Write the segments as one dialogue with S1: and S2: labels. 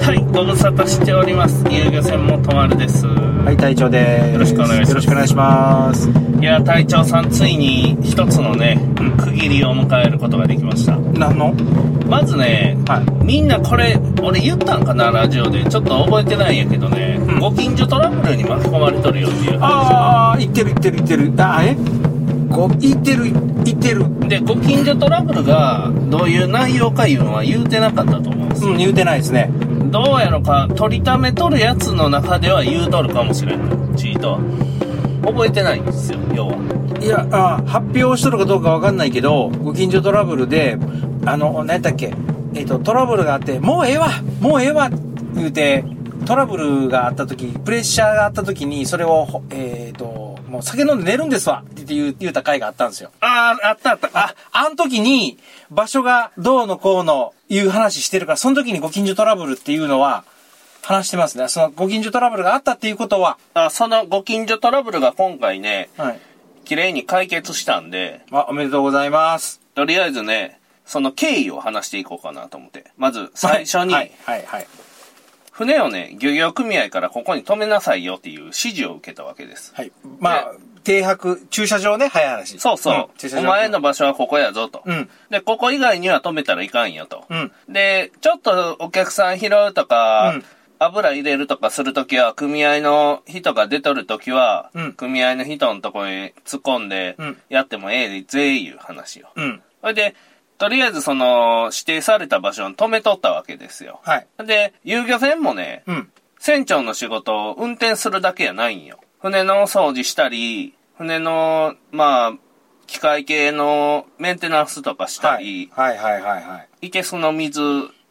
S1: 沙汰しております入漁船もとまるです
S2: はい、隊長です。
S1: よろしくお願いします
S2: よろしくお願いします。
S1: いや隊長さんついに一つのねうん区切りを迎えることができました
S2: 何の
S1: まずね
S2: はい。
S1: みんなこれ俺言ったんかなラジオでちょっと覚えてないんやけどね、
S2: うん
S1: ご近所トラブルに巻き込まれとるよっていう
S2: ああ、行ってる行ってる行ってる。あー、えこう、行ってる行ってる。う
S1: でご近所トラブルがどういう内容かいうのは言うてなかったと思うんですよ
S2: ん、言うてないですね。
S1: どうやろか取りためとるやつの中では言うとるかもしれないチートは覚えてないんですよ要はい
S2: や、あー発表しとるかどうかわかんないけど、ご近所トラブルで、あの、何やったっけえっ、と、トラブルがあって、もうええわもうええわ言うて、トラブルがあった時、プレッシャーがあった時に、それを、ほえっ、と、もう酒飲んで寝るんですわって言う言うた回があったんですよ。
S1: あああったあった
S2: あ、あの時に、場所がどうのこうのいう話してるから、その時にご近所トラブルっていうのは、話してますね。そのご近所トラブルがあったっていうことは、
S1: あそのご近所トラブルが今回ね
S2: はい。
S1: 綺麗に解決したんで
S2: あ、おめでとうございます。
S1: とりあえずねその経緯を話していこうかなと思ってまず最初に
S2: はい、はい、はい。
S1: 船をね漁業組合からここに止めなさいよっていう指示を受けたわけです
S2: はい。まあ、停泊、駐車場ね、早い話。
S1: そうそう、
S2: ん駐車場。
S1: お前の場所はここやぞと、
S2: うん
S1: でここ以外には止めたらいかんよと、
S2: うん
S1: でちょっとお客さん拾うとか、
S2: うん
S1: 油入れるとかするときは組合の人が出とるときは、
S2: うん
S1: 組合の人のとこに突っ込んで
S2: うん
S1: やってもええぜいう話を、
S2: うん。
S1: それでとりあえずその指定された場所に止めとったわけですよ
S2: はい。
S1: で遊漁船もね、
S2: うん。
S1: 船長の仕事を運転するだけやないんよ。船の掃除したり、船の、まあ、機械系のメンテナンスとかした
S2: はい。
S1: り、
S2: はい、はい、はい、はい。
S1: い、けすの水、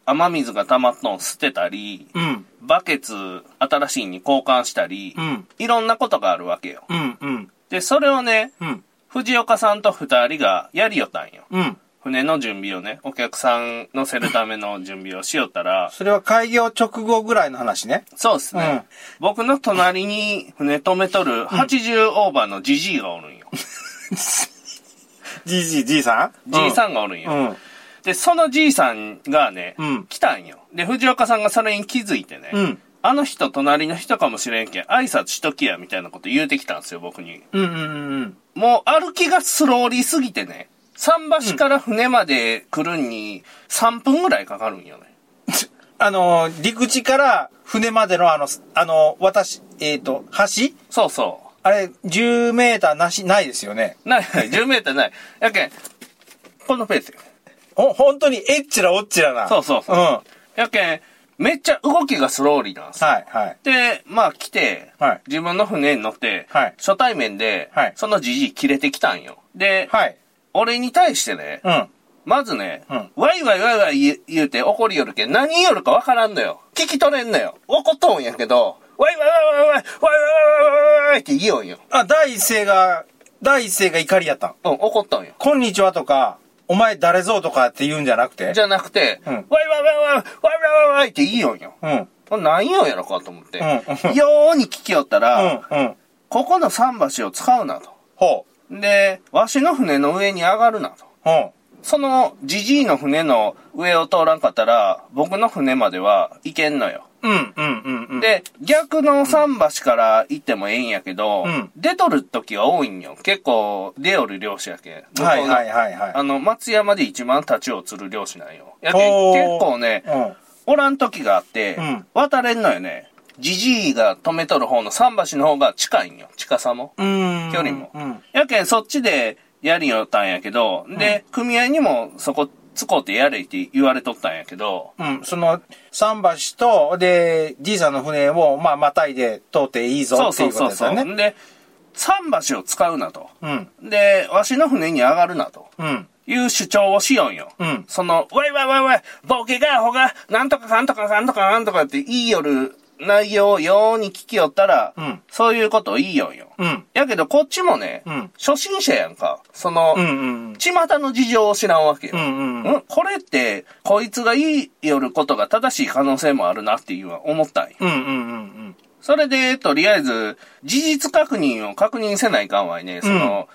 S1: 雨水が溜まっとん捨てたり、
S2: うん。
S1: バケツ新しいに交換したり、
S2: うん。
S1: いろんなことがあるわけよ。
S2: うん、うん。
S1: で、それをね、
S2: うん。
S1: 藤岡さんと二人がやりよったんよ。
S2: うん。
S1: 船の準備をね、お客さん乗せるための準備をしよったら、
S2: それは開業直後ぐらいの話ね。
S1: そうですね、僕の隣に船止めとる80オーバーのじじいがおるんよ。
S2: じいじい、じいさん
S1: じいさ
S2: ん。
S1: んがおるんよ。
S2: うん。
S1: で、そのじいさんがね、
S2: うん
S1: 来たんよ。で、藤岡さんがそれに気づいてね、
S2: うん。
S1: あの人隣の人かもしれんけん、挨拶しときや、みたいなこと言うてきたんですよ、僕に。
S2: うん、うん、うんうん。
S1: もう歩きがスローリーすぎてね、桟橋から船まで来るんに3分ぐらいかかるんよね。
S2: あの、陸地から船までのあの、すあの、私、えっ、と、橋
S1: そうそう。
S2: あれ、10メーターなし、ないですよね。
S1: ないない、10メーター ない。やけん、このペースよ。
S2: ほ、本当に、えっちらおっちらな。
S1: そうそうそう
S2: うん。は
S1: やけん、めっちゃ動きがスローリーなんです
S2: い、はい。
S1: で、まあ来て、
S2: はい
S1: 自分の船に乗って、
S2: はい
S1: 初対面で、
S2: はい
S1: そのじじい切れてきたんよ。で、
S2: はい。
S1: 俺に対してね、
S2: うん。
S1: まずね、
S2: うん
S1: ワイワイワイワイ言う言うて怒りよるけん、何言いよるかわからんのよ。聞き取れんのよ。怒っとんやけど、ワイワイワイワイワイワイワイワイワイワイって言おうんよ。
S2: あ、第一声が、第一声が怒りやったん。
S1: うん、怒っとんよ。
S2: こんにちはとか、お前誰ぞとかって言うんじゃなくて。
S1: じゃなくて、
S2: うん
S1: ワイワイワイワイワイワイワイワイって言いよんよ。
S2: うん。
S1: これ何言うんやろかと思って、
S2: うんうん
S1: ように聞きよった
S2: う
S1: ら、
S2: ん、うん。
S1: ここの桟橋を使うなと。
S2: ほう。
S1: で、わしの船の上に上がるなと。
S2: ほ
S1: その、じじいの船の上を通らんかったら、僕の船までは行けんのよ。
S2: う。うん、うん、うん、うん。、
S1: で、逆の桟橋から行ってもええんやけど、
S2: うん
S1: 出とる時は多いんよ。結構、出よる漁師やけん。向こうの
S2: はい、はい、はい、は
S1: あの、松山で一番太刀を釣る漁師なんよ。やけん
S2: ほう
S1: 結構ね
S2: い。、うん。
S1: おらん時があって、
S2: うん
S1: 渡れんのよね。じじいが止めとる方の桟橋の方が近いんよ。近さも。
S2: うん。
S1: 距離も
S2: うん。
S1: やけんそっちでやりよったんやけど、で、組合にもそこつこうてやれって言われとったんやけど、
S2: うん、その、桟橋と、で、D さんの船を、まあ、またいで通っていいぞ
S1: そう
S2: ってい
S1: そうう
S2: こと
S1: そう
S2: です
S1: そ
S2: よ
S1: う。
S2: ね。
S1: で、桟橋を使うなと。
S2: うん、
S1: で、わしの船に上がるなと。
S2: うん、
S1: いう主張をしよんよ。
S2: うん
S1: その、わいわいわいわい、ボケがほが、なんとかかんとかかんとかなんとかって言いよる内容をように聞きよったら、
S2: うん
S1: そういうことを言いよんよ。
S2: うん、
S1: やけどこっちもね、
S2: うん
S1: 初心者やんか。その、
S2: うん、うん、
S1: 巷の事情を知らんわけよ。
S2: うん、うん、うん、
S1: んこれって、こいつが言いよることが正しい可能性もあるなっていうのは思ったんよ。
S2: うん、うん、
S1: それで、とりあえず、事実確認を確認せないかんわいね、その、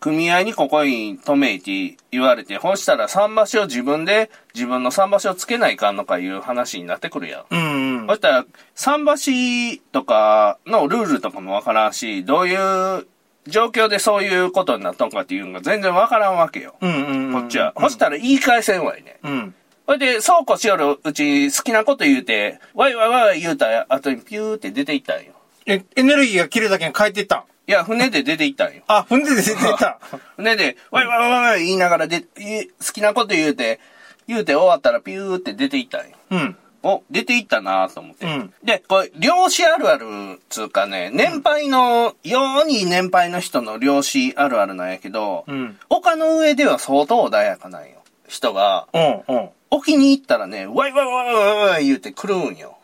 S1: 組合にここに止めいって言われて、ほしたら桟橋を自分で、自分の桟橋をつけないかんのかいう話になってくるやん。
S2: うん
S1: そしたら、桟橋とかのルールとかもわからんし、どういう状況でそういうことになったのかっていうのが全然わからんわけよ。
S2: うんうん。
S1: こっちは。そしたら言い返せんわいね。
S2: うん。
S1: それで、そうこしよるうち好きなこと言うて、わいわいわい言うた後にピューって出ていったんよ。
S2: え、エネルギーが切れたけん変えてった。
S1: いや、船で出ていったんよ。
S2: あ、踏んで出てった。
S1: 船で、わいわいわい言いながらで、い好きなこと言うて、言うて終わったらピューって出ていったんよ。
S2: うん。
S1: お、出ていったなと思って。
S2: うん
S1: で、これ、漁師あるある、つうかね、年配の、ように年配の人の漁師あるあるなんやけど、
S2: うん
S1: 丘の上では相当穏やかなんよ。人が、
S2: うんうん。
S1: 沖に行ったらね、わいわいわいわいわい言うて狂うんよ。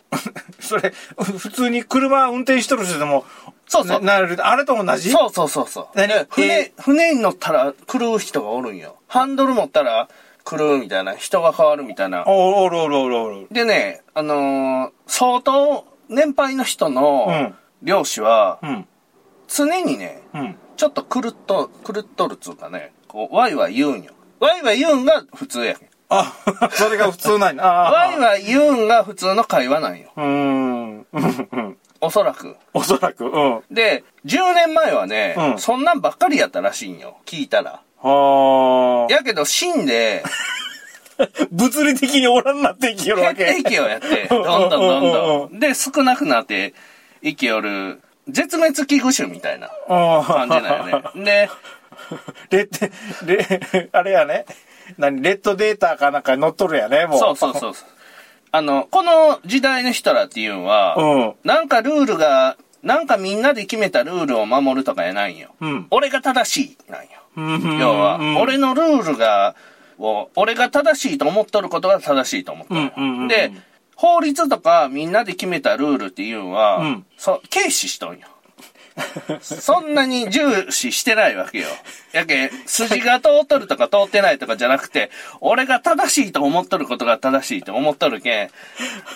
S2: それ、普通に車運転しとる人でも、
S1: そうそう
S2: ななる、あれと同じ
S1: そうそうそうそう。
S2: 何
S1: で船、
S2: え
S1: 船に乗ったら狂う人がおるんよ。ハンドル持ったら狂うみたいな、人が変わるみたいな。
S2: おおるおるおるおる。
S1: でね、あのー相当、年配の人の
S2: うん
S1: 漁師は
S2: う、ん。
S1: 常にね、
S2: うん。
S1: ちょっと狂っと、狂っとるっつうかね、こう、ワイワイ言うんよ。ワイワイ言うんが普通やけん。
S2: あ、 それが普通なんや。あ
S1: ワイ
S2: イ。
S1: ワイ言うんが普通の会話なんよ。
S2: うーん。うんうん。
S1: おそらく。
S2: おそらく。うん。は
S1: で、10年前はね、
S2: うん
S1: そんなんばっかりやったらしいんよ。聞いたら。
S2: あ。
S1: やけど、死んで、
S2: 物理的におらんなっていきよる
S1: 減
S2: わ
S1: っ
S2: け。
S1: ていけよやっ て、どんどんどん
S2: うん
S1: ど。
S2: うん
S1: で、少なくなって、いけよる、絶滅危惧種みたいな
S2: 感
S1: 感じなんよね。で、
S2: レッド、レ、 あれやね。何、レッドデータかなんかに乗っとるやね、もう。
S1: そうそうそうそう。あの、この時代の人らっていうのは、
S2: う
S1: なんかルールが、なんかみんなで決めたルールを守るとかやないんよ。
S2: うん
S1: 俺が正しい、なんよ。
S2: ん。
S1: 要は、
S2: うん
S1: 俺のルールが、を俺が正しいと思っとることが正しいと思っとるよ、
S2: うんうんうんうん
S1: で、法律とかみんなで決めたルールっていうのは、
S2: うん
S1: そ軽視しとんよ。そんなに重視してないわけよ。やけん、筋が通っとるとか通ってないとかじゃなくて、俺が正しいと思っとることが正しいと思っとるけん、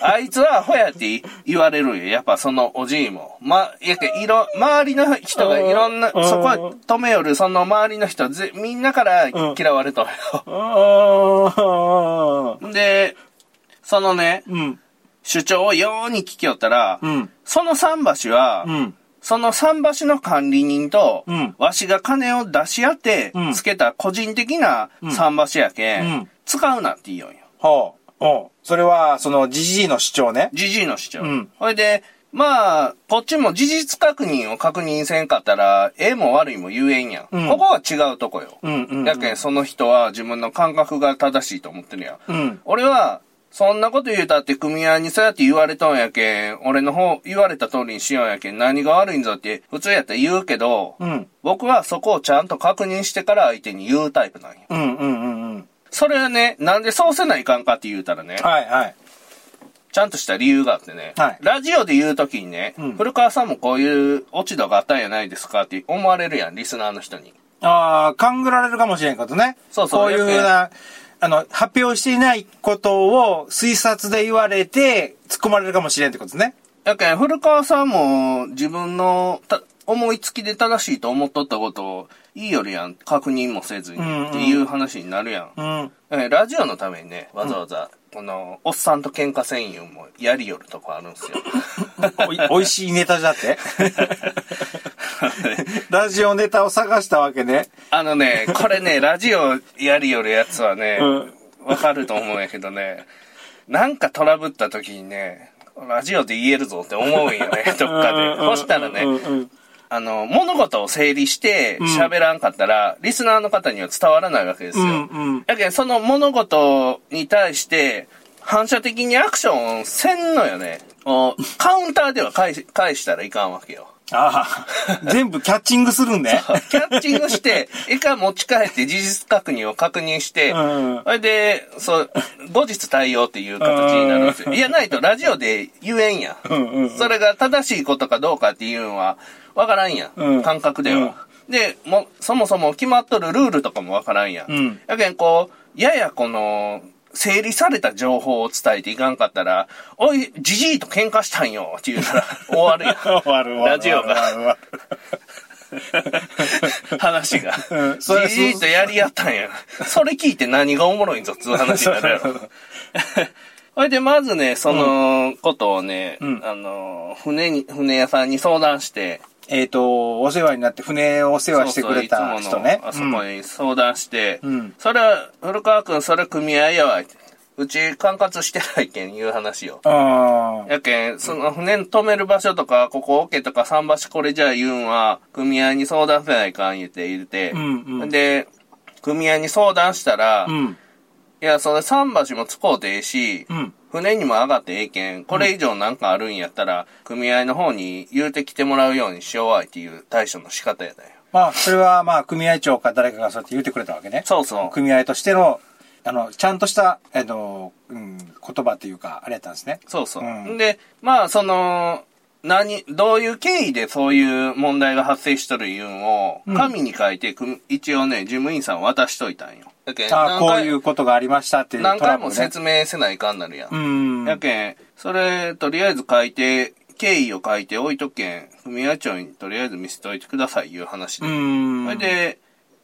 S1: あいつはアホやって言われるよ。やっぱそのおじいも。ま、やけん、いろ、周りの人がいろんな、そ
S2: うん
S1: こは止めよる、その周りの人ぜ、みんなから
S2: うん
S1: 嫌われとる
S2: あー
S1: よ。 で、そのね、
S2: うん。
S1: 主張をように聞きよったら、
S2: うん。
S1: その桟橋は、
S2: うん。
S1: その桟橋の管理人と、
S2: うん
S1: わしが金を出し合って
S2: うん、
S1: つけた個人的な桟橋やけん、
S2: うん
S1: 使うなって言うんよ。
S2: ほう。ほう。それは、その、ジジイの主張ね。
S1: じじいの主張。
S2: うん
S1: ほいで、まあ、こっちも事実確認を確認せんかったら、ええも悪いも言えんやん。
S2: うん
S1: ここは違うとこよ。
S2: うんうんうん
S1: やけん、その人は自分の感覚が正しいと思ってるやん。
S2: うん。
S1: 俺は、そんなこと言うたって組合にそうやって言われとんやけん、俺の方言われた通りにしようやけん、何が悪いんぞって普通やったら言うけど、
S2: うん。
S1: 僕はそこをちゃんと確認してから相手に言うタイプなんよ。
S2: うんうんうんうん。
S1: それはね、なんでそうせないかんかって言うたらね、
S2: はいはい。
S1: ちゃんとした理由があってね、
S2: はい
S1: ラジオで言うときにね、
S2: うん
S1: 古川さんもこういう落ち度があったんやないですかって思われるやん、リスナーの人に。
S2: ああ、勘ぐられるかもしれんことね。
S1: そうそう
S2: こういうふうな、あの、発表していないことを推察で言われて、突っ込まれるかもしれんってことね。
S1: やけん、古川さんも自分のた思いつきで正しいと思っとったことを、いいよりやん、確認もせずに、
S2: うんうん
S1: っていう話になるやん。
S2: うん。
S1: えーラジオのためにね、わざわざ、この、おっさんと喧嘩戦友もやりよるとこあるんすよ。
S2: おいおいしいネタじゃってラジオネタを探したわけね。
S1: あのね、これね、ラジオやりよるやつはね
S2: うん、
S1: わかると思うんやけどね、なんかトラブった時にね、ラジオで言えるぞって思うんよね、どっかで。そしたら
S2: うん
S1: ね、
S2: うん
S1: あの、物事を整理して喋らんかったら、リスナーの方には伝わらないわけですよ。
S2: うんうん
S1: やけん、その物事に対して、反射的にアクションせんのよね。おカウンターでは返し返したらいかんわけよ。
S2: ああ、全部キャッチングするんね。
S1: キャッチングして、一回持ち帰って事実確認を確認して、
S2: うん
S1: それで、そう、後日対応っていう形になるんですよ。いや、ないとラジオで言えんや
S2: んうんうん
S1: それが正しいことかどうかっていうのは、わからんやん、
S2: うん
S1: 感覚では。で、もう、そもそも決まっとるルールとかもわからんや、
S2: うん
S1: やけん、こう、ややこの、整理された情報を伝えていかんかったら、おい、じじいと喧嘩したんよって言うたら終わるやん。
S2: 終わる終わる。
S1: ラジオが
S2: 終わる終わる
S1: 話が
S2: う。んそれ
S1: じじいとやり合ったんや。それ聞いて何がおもろいんぞっつう話になる やろ。 ほいで、まずね、そのことをね、
S2: うん
S1: あの、船に、船屋さんに相談して、
S2: えっ、と、お世話になって、船をお世話してくれた
S1: そうそ
S2: 人
S1: ういつも
S2: ね
S1: の。あそこに相談して、
S2: うん
S1: それは、古川君、それ組合やわ、言うてうち管轄してないけん、いう話よ。
S2: うん。うん
S1: やけん、その船止める場所とか、ここ OK とか桟橋これじゃ言うんは、組合に相談せないかん言って言って、
S2: うんうん
S1: で、組合に相談したら、
S2: う
S1: い
S2: ん。
S1: や、それ桟橋も使うてええし、
S2: うん。
S1: 船にも上がってええけん、これ以上なんかあるんやったら、組合の方に言うてきてもらうようにしようわいっていう対処の仕方やだよ。
S2: まあ、それはまあ、組合長か誰かがそうやって言ってくれたわけね。
S1: そうそう。
S2: 組合としての、あの、ちゃんとした、えっ、と、うん、言葉というか、あれやったんですね。
S1: そうそう。
S2: うん
S1: で、まあ、その、何、どういう経緯でそういう問題が発生しとるいうんを、
S2: うん
S1: 紙に書いて、組一応ね、事務員さん渡しといたんよ。だけん
S2: ああ、
S1: 何
S2: こう
S1: 回
S2: いうことがありましたっていう
S1: 何
S2: トラ
S1: 回
S2: ブル、
S1: も
S2: ね。
S1: 説明せないかんなるやん。
S2: うん。
S1: やけん、それ、とりあえず書いて、経緯を書いて置いとけん、組合長にとりあえず見せといてください、いう話で。
S2: うん。
S1: それで、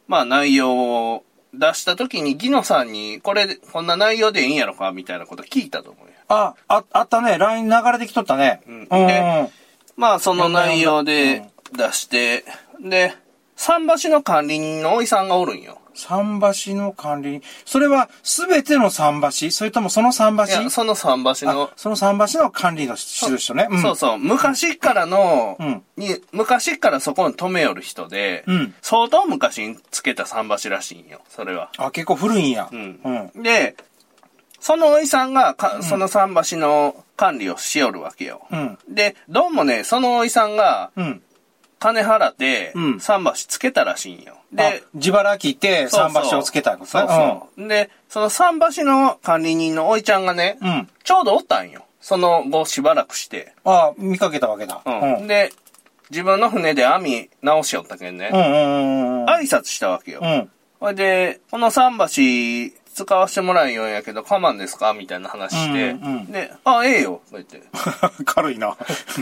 S1: まあ内容を出した時に、ギノさんに、これ、こんな内容でいいんやろか、みたいなこと聞いたと思うよ。
S2: あ、あ、あったね。LINE 流れてきとったね。
S1: うん
S2: うん。
S1: まあその内容で出して、で、桟橋の管理人のおいさんがおるんよ。
S2: 桟橋の管理人。それは全ての桟橋それともその桟
S1: いや、
S2: 橋
S1: その桟橋の
S2: あ、その桟橋の管理のしる人ね。ん
S1: そうそう、昔からの、
S2: うん
S1: に、昔からそこに止めよる人で、
S2: うん
S1: 相当昔につけた桟橋らしいんよ、それは。
S2: あ、結構古いんや。
S1: うん
S2: うん。
S1: で、そのおいさんがか、その桟橋の管理をしよるわけよ。
S2: うん。
S1: で、どうもね、そのおいさんが、
S2: うん。
S1: 金払って、
S2: うん
S1: 桟橋つけたらしいんよ。
S2: あ
S1: で、、
S2: 自腹切って
S1: そう
S2: 桟
S1: そう
S2: 橋をつけたんです
S1: そうそう。で、その桟橋の管理人のおいちゃんがね、
S2: うん。うん。
S1: ちょうどおったんよ。その後しばらくして。
S2: あ、見かけたわけだ。
S1: う。
S2: うんん。
S1: で、自分の船で網直しよったけんね。
S2: うんうんうんうん。
S1: 挨拶したわけよ
S2: う。ん。
S1: ほいで、この桟橋使わせてもらえんようやけど、我慢ですかみたいな話して。
S2: うんうん
S1: で、あ、ええよ。と言って。
S2: 軽いな。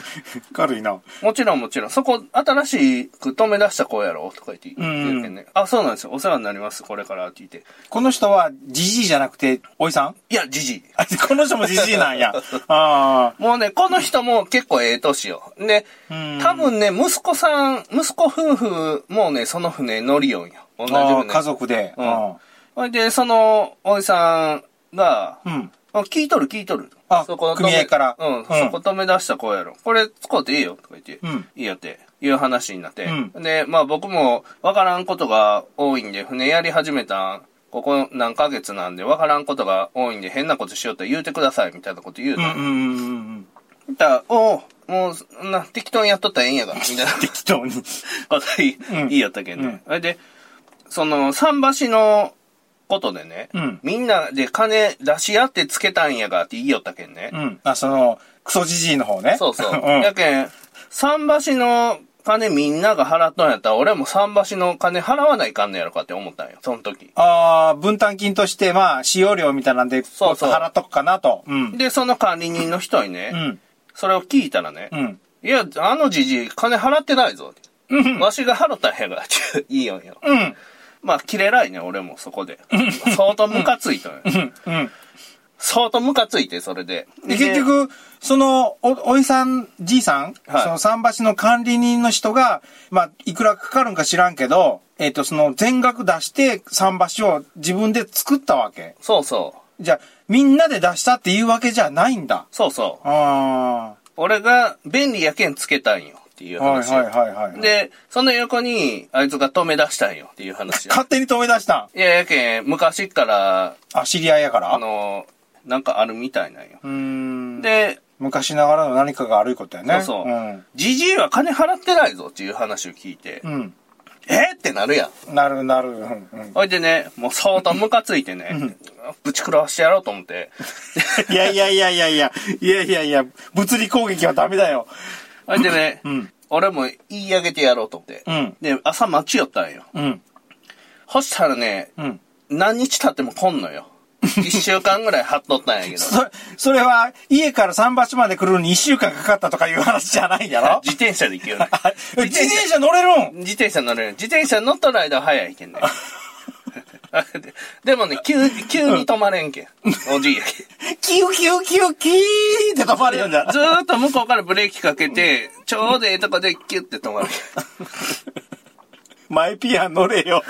S2: 軽いな。
S1: もちろんもちろん。そこ、新しく止め出した子やろとか言って言ってるけんね。あ、そうなんですよ。お世話になります。これから。って言って。
S2: この人は、じじいじゃなくて、おいさん
S1: いや、じじい。
S2: あこの人もじじい なんや。あ
S1: もうね、この人も結構ええ年よ。で、
S2: うん
S1: 多分ね、息子さん、息子夫婦もね、その船乗りよんよ。同
S2: あ。
S1: じ船。
S2: 家族で。
S1: う
S2: うんん。
S1: ほいで、その、おじさんが、
S2: うん。
S1: あ聞いとる聞いとる。
S2: あ
S1: 止め
S2: 組合から
S1: うん、
S2: うん
S1: そこ止め出した子やろ。これ使うていいよ、とか言って、
S2: うん
S1: いいよって、いう話になって。
S2: う
S1: で、まあ僕もわからんことが多いんで、船やり始めた、ここ何ヶ月なんで、わからんことが多いんで、変なことしようって言うてください、みたいなこと言う
S2: う
S1: たん
S2: ん
S1: よ
S2: うんうんうん。
S1: ったおうもう、そんな、適当にやっとったらええんやから、みた いな
S2: 適当に。
S1: こと言い,、
S2: うん
S1: やったけんね。れで、その、桟橋のことでね、
S2: うん
S1: みんなで金出し合ってつけたんやがって言いよったけんね。
S2: うん。あ、その、クソじじいの方ね。
S1: そうそう。
S2: うん
S1: や。けん、桟橋の金みんなが払っとんやったら、俺も桟橋の金払わないかんのやろかって思ったんよ、その時。
S2: ああ、分担金として、まあ、使用料みたいなんで、
S1: そうそう
S2: こ払っとくかなと。うん。
S1: で、その管理人の人にね、
S2: うん。
S1: それを聞いたらね、
S2: うん。
S1: いや、あのじじい金払ってないぞ。わしが払ったんやが、って言いよんよ。
S2: うん。
S1: まあ、切れないね、俺もそこで。相当ムカついたね。
S2: うん。うん。
S1: 相当ムカついて、それで。
S2: で、結、局、その、お、おいさん、じいさん、
S1: はい
S2: その桟橋の管理人の人が、まあ、いくらかかるんか知らんけど、えっ、と、その、全額出して、桟橋を自分で作ったわけ。
S1: そうそう。
S2: じゃあ、みんなで出したっていうわけじゃないんだ。
S1: そうそう。
S2: あ
S1: 俺が便利やけんつけたんよ、っていう
S2: あ。はい
S1: 話。
S2: はいはいはい。、
S1: で、その横に、あいつが止め出したんよ、っていう話。
S2: 勝手に止め出したん。
S1: いや、やけん、昔っから、
S2: あ、知り合いやから
S1: あの、なんかあるみたいなんよ。
S2: うーん。
S1: で、
S2: 昔ながらの何かが悪いことやね。
S1: そうそう
S2: うん。。
S1: じじいは金払ってないぞ、っていう話を聞いて、
S2: うん。
S1: えってなるやん。
S2: なるなる。うんうん
S1: ほいでね、もう相当ムカついてね、ぶち狂わしてやろうと思 って。
S2: いやいやいやいやいや、いやいやいや、物理攻撃はダメだよ。
S1: ほいでね、
S2: うん。
S1: 俺も言い上げてやろうと思って。
S2: うん。
S1: で、朝待ちよったんよ。
S2: うん。
S1: そしたらね、
S2: うん。
S1: 何日経っても来んのよ。一週間ぐらい貼っとったんやけど。
S2: そそれは、家から桟橋まで来るのに1週間かかったとかいう話じゃないん やろ
S1: 自転車で行け よね。
S2: 自転車乗れるん
S1: 自転車乗れる。自転車乗っとる間は早いけんね。 ででもね、急に、急に止まれんけん。おじいやけ ん。
S2: キュキュキュキーって止まれる んだ
S1: ず。ーっと向こうからブレーキかけて、ちょうどええとこでキュッて止ま る。
S2: マイピア乗れよ。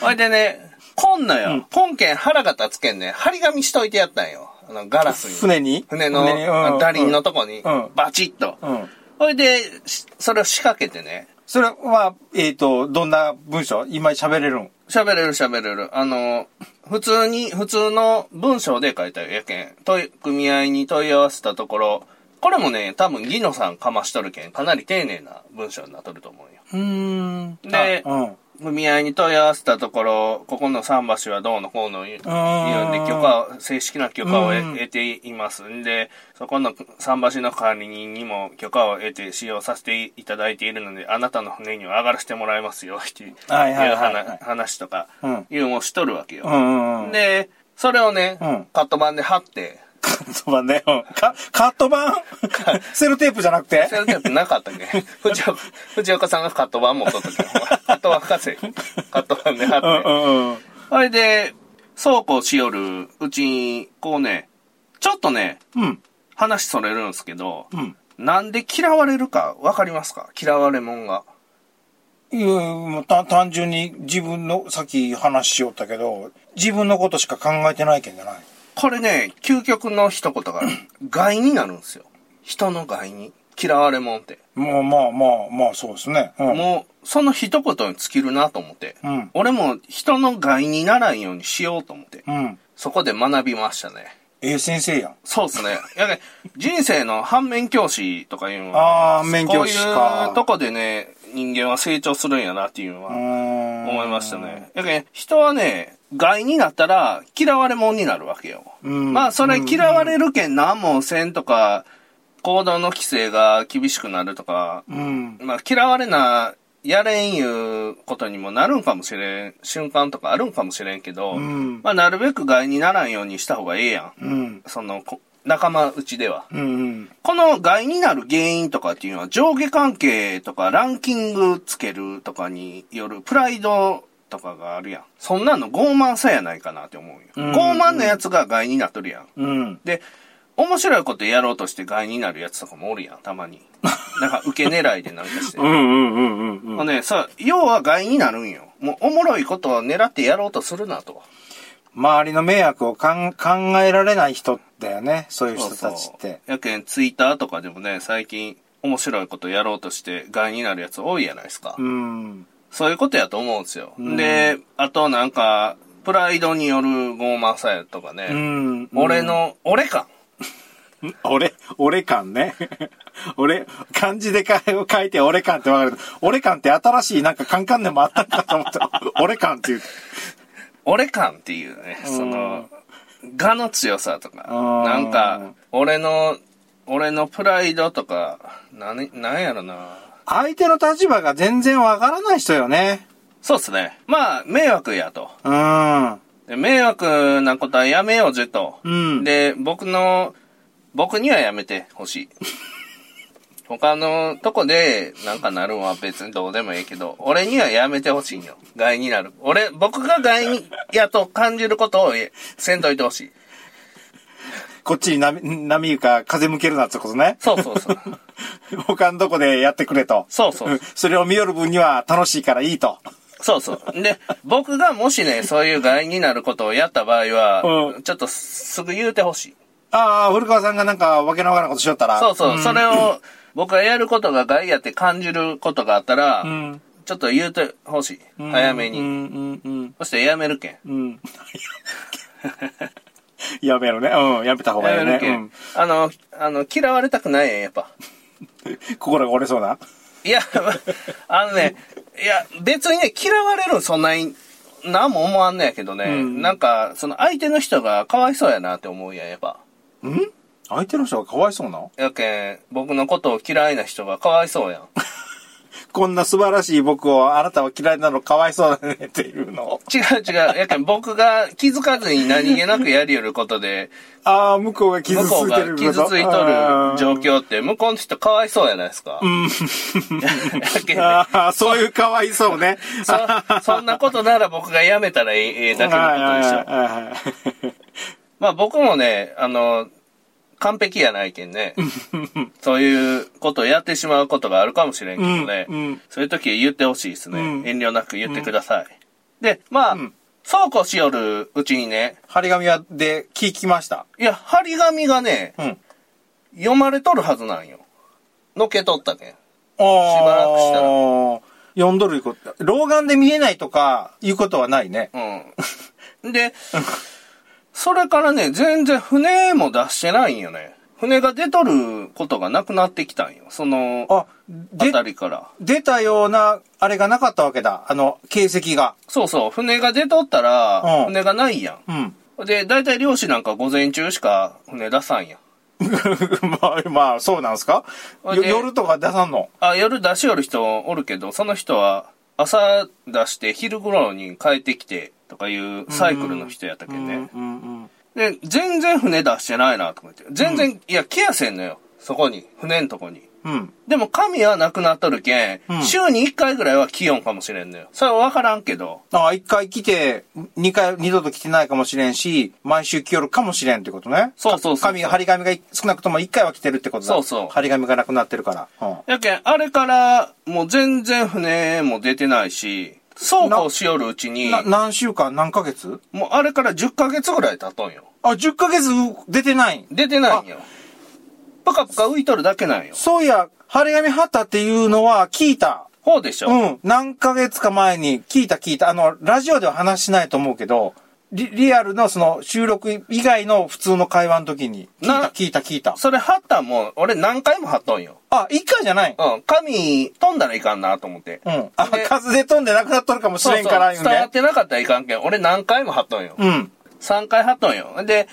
S1: ほいでね、こんのよ。こ、んけん腹が立つけんね、張り紙しといてやったんよ。あの、ガラスに。
S2: 船に
S1: 船の、
S2: 船にうん
S1: あの打輪のとこに、
S2: うん
S1: バチッと。
S2: うん
S1: ほいで、しそれを仕掛けてね、
S2: それは、えっ、と、どんな文章今喋れるん
S1: 喋れる喋れる。あの、普通に、普通の文章で書いたよ、やけん。問い、組合に問い合わせたところ、これもね、多分、ギノさんかましとるけん、かなり丁寧な文章になっとると思うよ。
S2: うん。
S1: で
S2: あうん。
S1: 組合に問い合わせたところ、ここの桟橋はどうのこうの言う言うんで、許可を、正式な許可を
S2: う
S1: 得
S2: ん
S1: 得ていますんで、そこの桟橋の管理人にも許可を得て使用させていただいているので、あなたの船には上がらせてもらいますよ、っていう
S2: はいはいはいは
S1: いう
S2: い
S1: 話話とか
S2: うん、
S1: いうのをしとるわけ
S2: う
S1: よ。
S2: んうんうん。、
S1: で、それをね、
S2: うん
S1: カット版で貼って、
S2: カット版ね。うんカカット版セルテープじゃなくて
S1: それだってなかった っけ藤岡、藤岡さんがカット版持っとったっけど、カット版博士、カット版で貼って。
S2: うんうんうん。
S1: あれで、そうこうしよるうちに、こうね、ちょっとね、
S2: うん。
S1: 話それるんですけど、
S2: うん。
S1: なんで嫌われるかわかりますか嫌われもんが。
S2: いやもうた単純に自分の、さっき話しよったけど、自分のことしか考えてないけんじゃない
S1: これね、究極の一言が、 害になるんですよ。人の害に。嫌われもんって。
S2: もうまあまあまあそうですね。うん。
S1: もう、その一言に尽きるなと思って。
S2: うん
S1: 俺も人の害にならんようにしようと思って。
S2: うん。
S1: そこで学びましたね。
S2: ええ先生やん。
S1: そうですね。やけん人生の反面教師とかいうのは、
S2: ああ、免許士
S1: こう
S2: か。
S1: いうとこでね、人間は成長するんやなっていうのは思
S2: 思
S1: いました。ね。やけん人はね、害になったら嫌われ者になるわけよ。
S2: うん
S1: まあ、それ嫌われるけん何もせんとか、行動の規制が厳しくなるとか、
S2: うん。
S1: まあ、嫌われな、やれんいうことにもなるんかもしれん、瞬間とかあるんかもしれんけど、
S2: うん
S1: まあ、なるべく害にならんようにした方がええやん。
S2: うん。
S1: その、こ仲間内では。
S2: うん。うん。
S1: この害になる原因とかっていうのは上下関係とかランキングつけるとかによるプライドとかがあるやん。そんなの傲慢さやないかなって思うよ。
S2: うん
S1: 傲慢なやつが害になっとるやん。
S2: うん。
S1: で、面白いことやろうとして害になるやつとかもおるやん、たまに。 なんか受け狙いでなんかして。
S2: うん。うん。うん。うん。
S1: もうね、さ、要は害になるんよ。もうおもろいことを狙ってやろうとするなと。
S2: 周りの迷惑をかん考えられない人だよね。そういう人たちって。
S1: そうそうやけん、ツイッターとかでもね、最近面白いことやろうとして害になるやつ多いやないですか。
S2: うん。
S1: そういうことやと思うんですよ。で、あとなんか、プライドによる傲慢さやとか
S2: う
S1: ね、
S2: ん。
S1: 俺の、俺か。
S2: うん。俺、俺感ね。 俺、漢字で書い書いて俺感ってわかるけど。俺感って新しいなんかカンカンでもあったんかと思った。 俺感っていう。
S1: 俺感っていうね、その、我の強さとか、
S2: うん
S1: なんか、俺の、俺のプライドとか、なに、なんやろな。
S2: 相手の立場が全然わからない人よね。
S1: そうっすね。まあ、迷惑やと。
S2: うん。
S1: で迷惑なことはやめようぜと。
S2: うん
S1: で、僕の、僕にはやめてほ しい。他のとこでなんかなるんは別にどうでもいいけど、俺にはやめてほしいんよ。害になる。俺、僕が害に、やと感じることをえせんといてほしい。
S2: こっちに波波ゆか風向けるなってことね。
S1: そうそうそう。
S2: 他のとこでやってくれと。
S1: そうそう
S2: うん。 それを見よる分には楽しいからいいと。
S1: そうそう。で、僕がもしね、そういう害になることをやった場合は、
S2: う
S1: ちょっとすぐ言うてほしい。
S2: ああ、古川さんがなんかわけのわからんことしよったら。
S1: そうそう。それを、僕がやることが害やって感じることがあったら、
S2: ん
S1: ちょっと言うてほしい。
S2: うん
S1: 早め
S2: う
S1: に。
S2: んうんうん
S1: そしてやめるけん。
S2: うん。 やめろね。うん、やめた方がい
S1: や
S2: い
S1: める
S2: ね。
S1: けん。あの、あの、嫌われたくないやん、やっぱ。
S2: うん。心が折れそうな。
S1: いや、 あのね、いや、別にね、嫌われるんそんなに、なんも思わんのやけどね、
S2: うん
S1: なんか、その相手の人がかわいそうやなって思うやん、やっぱ。
S2: ん相手の人がかわいそうな
S1: やけん、僕のことを嫌いな人がかわいそうやん。
S2: こんな素晴らしい僕をあなたは嫌いなのかわいそうだねっていうのを。
S1: 違う違う。やけん僕が気づかずに何気なくやりよることで、
S2: ああ、向こうが傷
S1: 向
S2: つ
S1: こう
S2: いて
S1: が
S2: る
S1: 傷ついとる状況って、向こうの人かわいそうやないですか。 うん。
S2: あーあー、そういうかわいそうね。
S1: そそんなことなら僕が辞めたらええええだけのことでしょ。
S2: はいはいはいはい
S1: まあ僕もね、あの、完璧やないけんね。そういうことをやってしまうことがあるかもしれんけどね。
S2: うんうん
S1: そういう時は言ってほしいですね。
S2: うん
S1: 遠慮なく言ってください。で、まあ、そうこうしよるうちにね、
S2: 張り紙はで聞きました。
S1: いや、張り紙がね、
S2: うん。
S1: 読まれとるはずなんよ。のけとったけん。
S2: あー
S1: しばらくしたら
S2: 4ドルいうこと。老眼で見えないとかいうことはないね。
S1: うん。で、それからね、全然船も出してないんよね。船が出とることがなくなってきたんよ。その、あ
S2: あ、で、
S1: たりから。
S2: 出たような、あれがなかったわけだ。あの、形跡が。
S1: そうそう、船が出とったら
S2: う、ん
S1: 船がないや
S2: うん。
S1: ん。で、大体漁師なんか午前中しか船出さんやん。
S2: まあ、まあ、そうなんすかよ
S1: で
S2: 夜とか出さんの
S1: あ、夜出しよる人おるけど、その人は朝出して昼頃に帰ってきてとかいうサイクルの人やったけんね。
S2: うんうん。
S1: で、全然船出してないなとか言って。全然、いや、来やせんのよ。そこに。船んとこに。
S2: うん。
S1: でも神はなくなっとるけん、
S2: うん
S1: 週に1回ぐらいは気温かもしれんのよ。それはわからんけど。
S2: ああ、一回来て、二回、二度と来てないかもしれんし、毎週来よるかもしれんってことね。
S1: そうそうそう。
S2: 紙、張り紙が少なくとも一回は来てるってことだ。
S1: そうそう
S2: 張り紙がなくなってるから。うん。
S1: やけん、あれから、もう全然船も出てないし、そうこうしよるうちに、
S2: な何週間何ヶ月
S1: もうあれから10ヶ月ぐらい経っとんよ。
S2: あ、10ヶ月出てない。
S1: 出てないんよ。ぷかぷか浮いとるだけなんよ。
S2: そういや、張り紙貼ったっていうのは聞いた。
S1: ほうでしょ。
S2: うん。何ヶ月か前に聞いた聞いた。あの、ラジオでは話しないと思うけど、リリアルのその収録以外の普通の会話の時に聞いた
S1: な
S2: 聞いた聞いた。
S1: それ貼ったんもん、俺何回も貼っとんよ。
S2: あ、一回じゃない。
S1: うん、神飛んだらいかんなと思って。
S2: うん。あ、
S1: で
S2: 風で飛んでなくなっとるかもし
S1: そう
S2: れん
S1: そう
S2: から言
S1: 伝
S2: うんで。
S1: わってなかったらいかんけん。俺何回も貼っとんよ。
S2: うん。
S1: 3回貼っとんよ。で、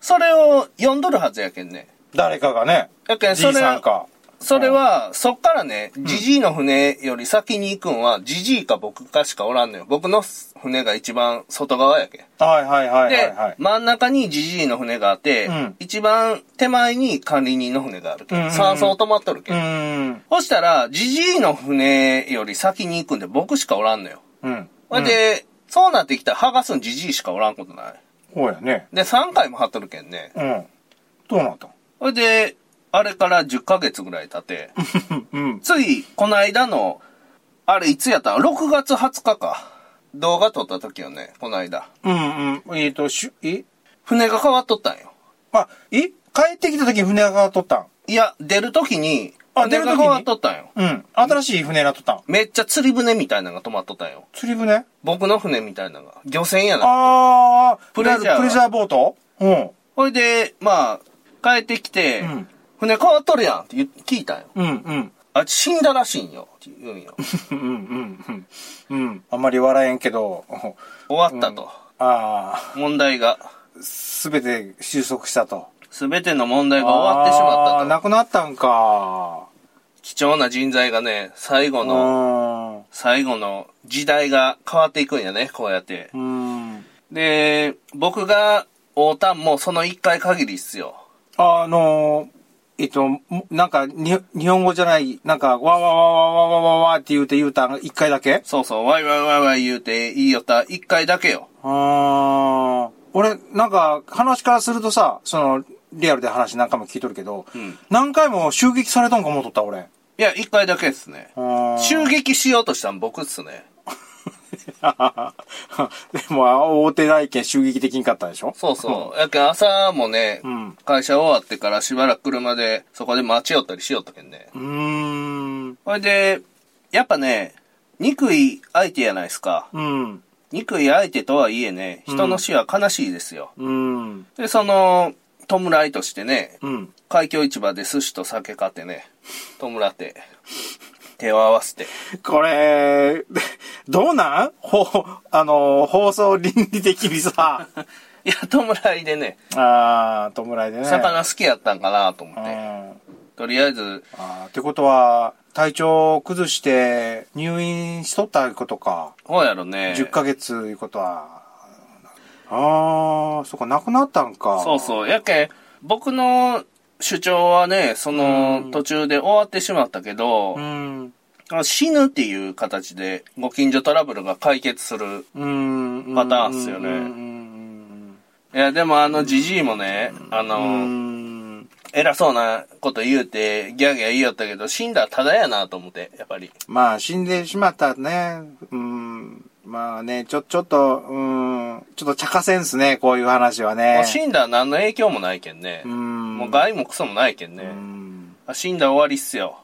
S1: それを読んどるはずやけんね。
S2: 誰かがね。
S1: やけん、
S2: じ
S1: そ
S2: い
S1: れ
S2: さん
S1: は、
S2: か。
S1: それは、そっからね、ジジイの船より先に行くんは、ジジイか僕かしかおらんのよ。僕の船が一番外側やけん。
S2: はいはいはいはい
S1: で
S2: はい、。
S1: 真ん中にジジイの船があって、
S2: うん
S1: 一番手前に管理人の船があるけ
S2: うんうん
S1: ん。
S2: うん
S1: 酸素を止まっとるけ。
S2: うんん。
S1: そしたら、ジジイの船より先に行くんで僕しかおらんのよ。
S2: うん。
S1: ほいで、そうなってきたら剥がすんジジイしかおらんことない。
S2: こうやね。
S1: で、3回も貼っとるけんね。
S2: うん。どうなった
S1: ほいで、あれから10ヶ月ぐらい経って、
S2: うん。
S1: つい、この間の、あれいつやった ?6 月20日か。動画撮った時よね、この間。
S2: うんうん。えっ、と、しゅ、え
S1: 船が変わっとったんよ。
S2: あ、え帰ってきた時に船が取ったん
S1: いや、出る時に、
S2: あ
S1: 船が変わっとったんよ。
S2: うん。新しい船が取ったん
S1: めっちゃ釣り船みたいなのが止まっとったんよ。
S2: 釣り船
S1: 僕の船みたいなのが。漁船やな。
S2: あー、
S1: プレジャー
S2: プレジャーボートうん。
S1: ほいで、まあ、帰ってきて、
S2: うん
S1: 船変わっとるやんって言聞いたんよ。
S2: うんうん。
S1: あ、死んだらしいんよ。って言うんよ。
S2: うんうんうん。うん。あんまり笑えんけど、
S1: 終わったと。
S2: あ
S1: 問題が。
S2: ー、すべて収束したと。
S1: すべての問題が終わってし
S2: あ
S1: ま
S2: ー
S1: った
S2: な
S1: と。
S2: くなったんか。
S1: 貴重な人材がね、最後
S2: う
S1: の、
S2: ん。う
S1: 最後の時代が変わっていくんやね、こうやって。
S2: ん。
S1: で、僕が会うたんもその一回限りっすよ。
S2: あのえっと、もなんかに、日本語じゃない、なんか、わわわわわわわわって言うて言うたん、一回だけ
S1: そうそう、ワイワイワイワイ言うて言いよった一回だけよ。
S2: あー俺、なんか、話からするとさ、その、リアルで話何回も聞いとるけど、
S1: ん
S2: 何回も襲撃されたんか思うとった、俺。
S1: いや、一回だけっすね。襲
S2: 撃
S1: 撃しようとしたん僕っすね。
S2: でも、大手代件襲撃できんかったでしょ
S1: そうそう。やけん朝もね、
S2: ん
S1: 会社終わってからしばらく車でそこで待ちよったりしよったけんね。
S2: うーん。
S1: ほいで、やっぱね、憎い相手やないですか。
S2: うん。
S1: 憎い相手とはいえね、人の死は悲しいですよ。
S2: うん。
S1: で、その、弔いとしてね、
S2: うん。
S1: 海峡市場で寿司と酒買ってね、弔って、手を合わせて。
S2: これ、どうなんほ、あの、放送倫理的 にさ、
S1: いや、弔いでね、
S2: あー、弔いでね。
S1: 魚好きやったんかなと思って。
S2: うん。
S1: とりあえず、
S2: あー、ってことは、体調崩して入院しとったことか。
S1: そうやろね。
S2: 10ヶ月いうことは。ああ、そっか、亡くなったんか。
S1: そうそう。やけん、僕の主張はね、その途中で終わってしまったけど、
S2: うん。
S1: 死ぬっていう形でご近所トラブルが解決する。
S2: うん。
S1: パターンっすよね
S2: うん。
S1: いや、でもあのじじいもね、あ
S2: う
S1: の、
S2: ん。
S1: 偉そうなこと言うて、ギャーギャー言いよったけど、死んだらただやなと思って、やっぱり。
S2: まあ、死んでしまったね。うん。まあね、ちょ、ちょっと、うん。ちょっと茶化せんっすね、こういう話は
S1: も
S2: ね
S1: う。死んだら何の影響もないけんね。
S2: うん。
S1: もう害もクソもないけん
S2: う
S1: ね。
S2: ん。
S1: あ死んだら終わりっすよ。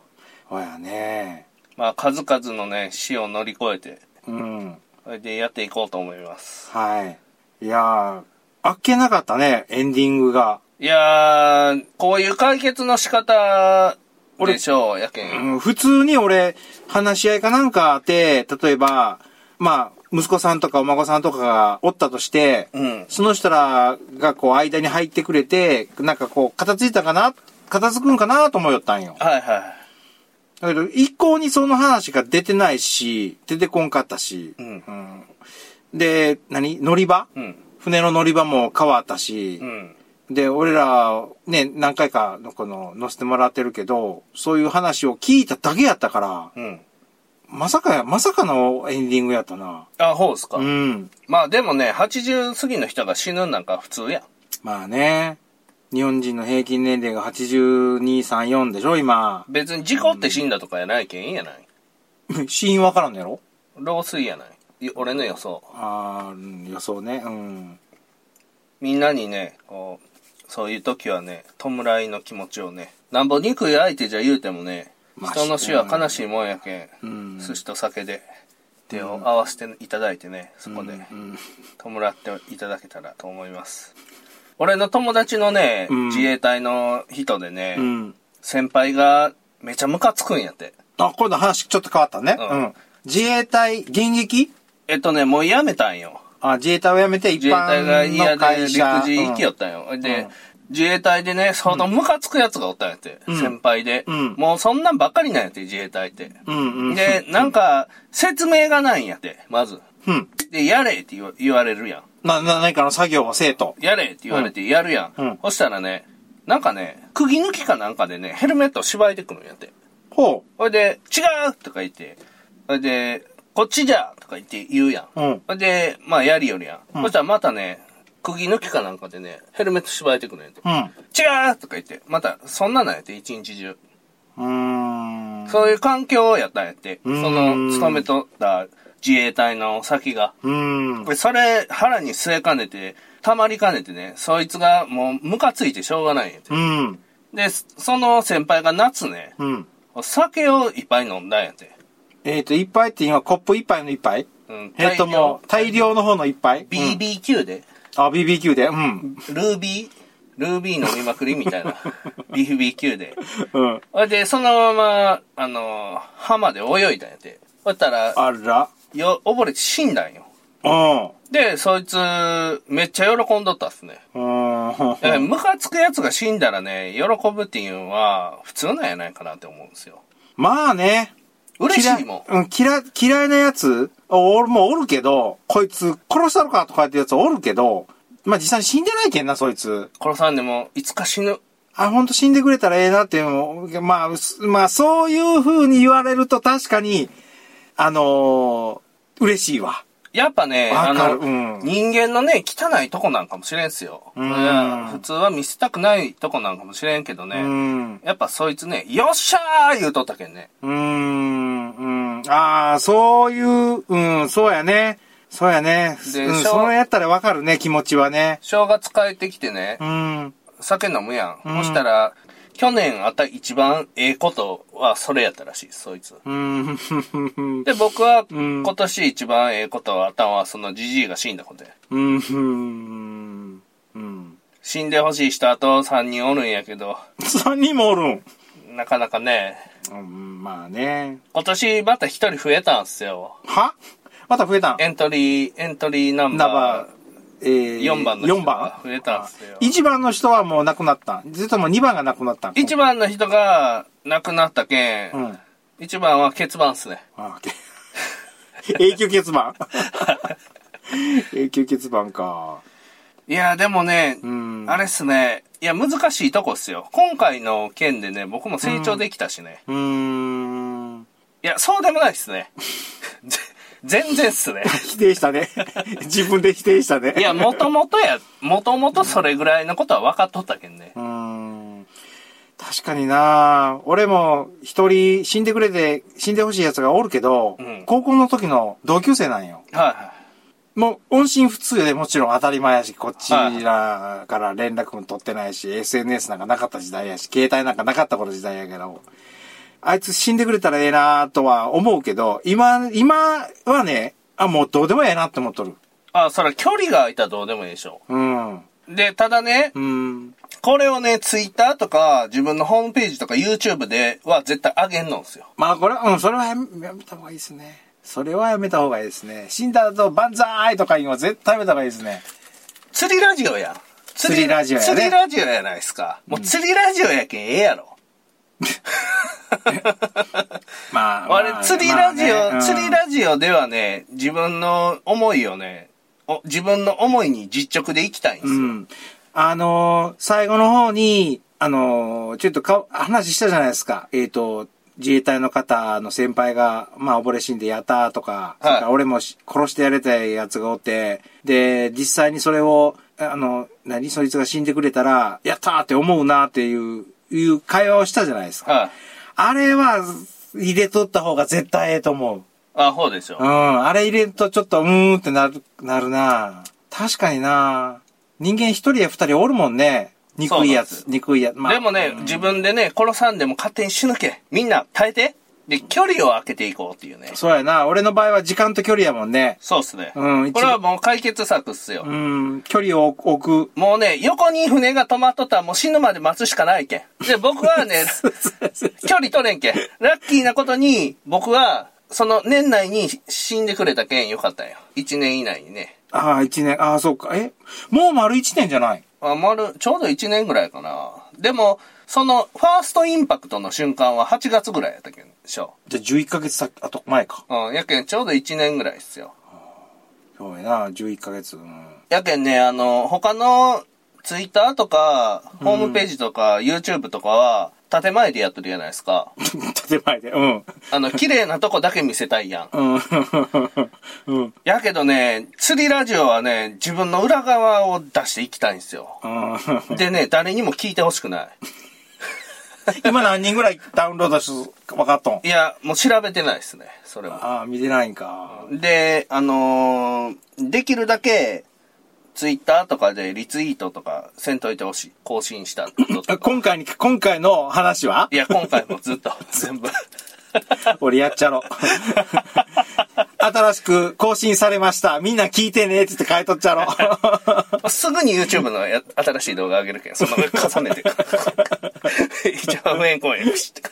S2: ほやね。
S1: まあ、数々のね、死を乗り越えて、
S2: うん。
S1: それでやっていこうと思います。
S2: はい。いやー、あっけなかったね、エンディングが。
S1: いやー、こういう解決の仕方でしょう、やけん。
S2: うん普通に俺、話し合いかなんかあって、例えば、まあ、息子さんとかお孫さんとかがおったとして、
S1: うん。
S2: その人らがこう間に入ってくれて、なんかこう、片付いたかな、片付くんかなと思いよったんよ。
S1: はいは
S2: だけど、一向にその話が出てないし、出てこんかったし、
S1: い。うん。
S2: うんで、何乗り場
S1: うん。
S2: 船の乗り場も変わったし、
S1: うん。
S2: で、俺ら、ね、何回かのこの、乗せてもらってるけど、そういう話を聞いただけやったから、
S1: うん。
S2: まさか、まさかのエンディングやったな。
S1: あ、ほうっすか。
S2: うん。
S1: まあでもね、80過ぎの人が死ぬなんか普通やん。
S2: まあね、日本人の平均年齢が82、3、4でしょ、今。
S1: 別に事故って死んだとかやないけんいいやない。
S2: 死因わからんのやろ
S1: 老衰やない。い俺の予想。
S2: あーうん、予想ね、うん。
S1: みんなにね、こう、そういう時はね、弔いの気持ちをね、なんぼ憎い相手じゃ言うてもね、
S2: まあ
S1: 人の死は悲しいもんやけ、
S2: うんん
S1: 寿司と酒で手を合わせていただいてね、そこで
S2: うん。
S1: 弔っていただけたらと思います。俺の友達のね、
S2: うん
S1: 自衛隊の人でね、
S2: うん。
S1: 先輩がめちゃムカつくんやって。
S2: あ、今度話ちょっと変わったね。
S1: うん
S2: うん。自衛隊、現役
S1: えっとね、もうやめたんよ。
S2: あ、自衛隊を辞めて一
S1: 自衛隊
S2: 般
S1: が嫌
S2: の
S1: で
S2: 会
S1: 陸
S2: 社。
S1: 自行きよ
S2: う
S1: っ
S2: ん
S1: たんよ。で、
S2: うん
S1: 自衛隊でね、そのムカつくやつがおったんやって、
S2: うん
S1: 先輩で、
S2: うん
S1: もうそんなんばっかりなんやって、自衛隊って。
S2: うんうん。
S1: で、なんか、説明がないんやって、まず。
S2: うん。
S1: で、やれって言わ言われるやん。
S2: な、な、何かの作業を生徒。
S1: やれって言われてやるやん。
S2: うん
S1: そしたらね、なんかね、釘抜きかなんかでね、ヘルメットを縛いでくるんやって。
S2: ほ
S1: ほいで、違うとか言って、ほいで、こっちじゃとか言って言うやん。
S2: う。うん。
S1: ほいで、まあ、やりよりやん。
S2: うん
S1: そしたらまたね、釘抜きかなんかでね、ヘルメット縛いてくるんやて。
S2: うん。
S1: 違うとか言って、また、そんななんやって、一日中。
S2: うーん。
S1: そういう環境やったんやって。そ
S2: うん
S1: の、勤めとった自衛隊の先が。
S2: うーん。
S1: これそれ、腹に据えかねて、たまりかねてね、そいつがもう、ムカついてしょうがないんやて
S2: う。ん。
S1: で、その先輩が夏ね、
S2: うん。
S1: 酒をいっぱい飲んだんやて。
S2: えっ、と、一杯って今、コップ一杯の一杯
S1: うん、
S2: えっと、もう、大量の方の一
S1: 大
S2: 杯
S1: 量。
S2: うん
S1: BBQ で、
S2: あ、BBQ で。うん。
S1: ルービー、ルービー飲みまくりみたい な。BBQ で。
S2: うん。
S1: ほいで、そのまま、あの、浜で泳いだんやて。ほったら、
S2: あら。
S1: よ、溺れて死んだんよ。
S2: うん。
S1: で、そいつ、めっちゃ喜んどったっすね。
S2: うん。
S1: だからムカつくやつが死んだらね、喜ぶっていうのは、普通なんやないかなって思うんですよ。
S2: まあね。
S1: 嬉しいもん。
S2: 嫌うん、嫌い、嫌いなやつ、お俺もおるけど、こいつ殺したのかとかってやつおるけど、まあ実際に死んでないけんな、そいつ。
S1: 殺さんでも、いつか死ぬ。
S2: あ、ほんと死んでくれたらええなっていうのまあ、すまあ、そういう風に言われると確かに、あのー嬉しいわ。
S1: やっぱね、あ
S2: わかる
S1: の、
S2: うん
S1: 人間のね、汚いとこなんかもしれんすよ。
S2: うん
S1: いや普通は見せたくないとこなんかもしれんけど
S2: う
S1: ね。
S2: ん。う
S1: やっぱそいつね、よっしゃー言うとったけんね。
S2: ーん。うん。ああ、そういう、うん、そうやね。そうやね。
S1: で
S2: うん、
S1: しょ
S2: そうやったらわかるね、気持ちはね。
S1: 正月帰ってきてね
S2: う、ん。
S1: 酒飲むやん。
S2: うん
S1: そしたら、去年あった一番ええことはそれやったらしい、そいつ。
S2: うん。
S1: で、僕は、
S2: うん
S1: 今年一番ええことはあったのは、そのじじいが死んだことや。
S2: うん。うん。うん。
S1: 死んでほしい人あと3人おるんやけど、
S2: 三人もおるん。
S1: なかなかね、
S2: うん、まあね。
S1: 今年また1人増えたんすよ。
S2: はまた増えたん
S1: エントリー、エントリーナン
S2: ナバ
S1: バ
S2: ー、え
S1: ー、4番の人
S2: 4番
S1: が増えたんすよ。
S2: 1番の人はもう亡くなった。ずっともう2番が亡くなった。
S1: 1番の人が亡くなったけん、
S2: うん。
S1: 一番は欠番っすね。
S3: ああ
S2: 永久欠番永久欠番か。
S1: いや、でもね、
S2: ん
S1: あれっすね。いや、難しいとこっすよ。今回の件でね、僕も成長できたしね。
S2: うーん。
S1: いや、そうでもないっすね。ぜ全然っすね。
S2: 否定したね。自分で否定したね。
S1: いや、もともとや、もともとそれぐらいのことは分かっとったけんね
S2: う。ーん確かにな俺も一人死んでくれて、死んでほしい奴がおるけど、
S1: うん
S2: 高校の時の同級生なんよ。
S1: は
S2: もう音信不通でもちろん当たり前やし、こっちらから連絡も取ってないし、SNS なんかなかった時代やし、携帯なんかなかった頃時代やけど、あいつ死んでくれたらええなとは思うけど、今、今はね、あ、もうどうでもええなって思っとる。
S1: いはい。あ、それ距離が空いたらどうでもいいでしょ
S2: うん。
S1: う。で、ただね、
S2: うん。
S1: これをね、ツイッターとか、自分のホームページとか YouTube では絶対上げんのんすよ。
S2: まあこれは、うん、それはやめやめた方がいいですね。それはやめた方がいいですね。死んだ後、万歳とか言うのは絶対やめた方がいいですね。
S1: 釣りラジオやん。釣
S2: 釣りラジオやね
S1: 釣りラジオやないですか。もう釣りラジオやけんええやろ。
S2: まあ、
S1: あれ
S2: ま、
S1: 釣りラジオ、
S2: まあねうん
S1: 釣りラジオではね、自分の思いをね、お自分の思いに実直でいきたいんですよ。
S2: うん。あのー最後の方に、あのーちょっとか話したじゃないですか。えっ、と、自衛隊の方の先輩が、まあ、溺れ死んでやったとか、
S1: はい
S2: それから俺もし殺してやれたやつがおって、で、実際にそれを、あの、何、そいつが死んでくれたら、やったーって思うなっていう、いう会話をしたじゃないですか。
S1: はい。
S2: あれは、入れとった方が絶対ええと思う。
S1: あ、ほうです
S2: う
S1: よ。
S2: ん。あれ入れるとちょっと、うーんってなる、なるな確かにな人間一人や二人おるもんね。憎いや
S1: そうなんで
S2: つ、
S1: す
S2: 憎いやつ。まあ
S1: でもね、自分でね、殺さんでも勝手に死ぬけ。みんな耐えて。で、距離を空けていこうっていうね。
S2: そうやな。俺の場合は時間と距離やもんね。
S1: そうっすね。
S2: うん一番
S1: これはもう解決策っすよ。
S2: うん。距離を 置く。
S1: もうね、横に船が止まっとったらもう死ぬまで待つしかないけん。で、僕は ね、距離取れんけん。ラッキーなことに、僕は、その年内に死んでくれたけんよかったんよ。1年以内にね。
S2: ああ、一年。ああ、そうか。えもう丸一年じゃない
S1: あ、丸、ちょうど1年ぐらいかな。でも、その、ファーストインパクトの瞬間は8月ぐらいやったけんでしょ。
S2: じゃあ11ヶ月先、あと前か。
S1: うん、やけんちょうど1年ぐらいっすよ。
S2: そうやな。11ヶ月。うん。
S1: やけんね、あの、他のツイッターとか、ホームページとか、YouTube とかは、建前でやってるじゃないですか。
S2: 建前で。うん。
S1: あの、綺麗なとこだけ見せたいやん。
S2: うん。うん。
S1: やけどね、釣りラジオはね、自分の裏側を出していきたいんですよ。
S2: うん
S1: でね、誰にも聞いてほしくない。
S2: 今何人ぐらいダウンロードし、分かっとん
S1: いや、もう調べてないですね、それは。
S2: ああ、見てないんか。
S1: で、あのーできるだけ、ツイッターとかでリツイートとかせんといてほしい。更新したこと
S2: あ
S1: とか。
S2: 今回に、今回の話はい
S1: や、今回もずっと、全部。
S2: 俺やっち ゃろ。新しく更新されました。みんな聞いてねって言って書いとっちゃろ。
S1: すぐに YouTube のや 新しい動画上げるけど、その上重ねて。一番無縁公演して。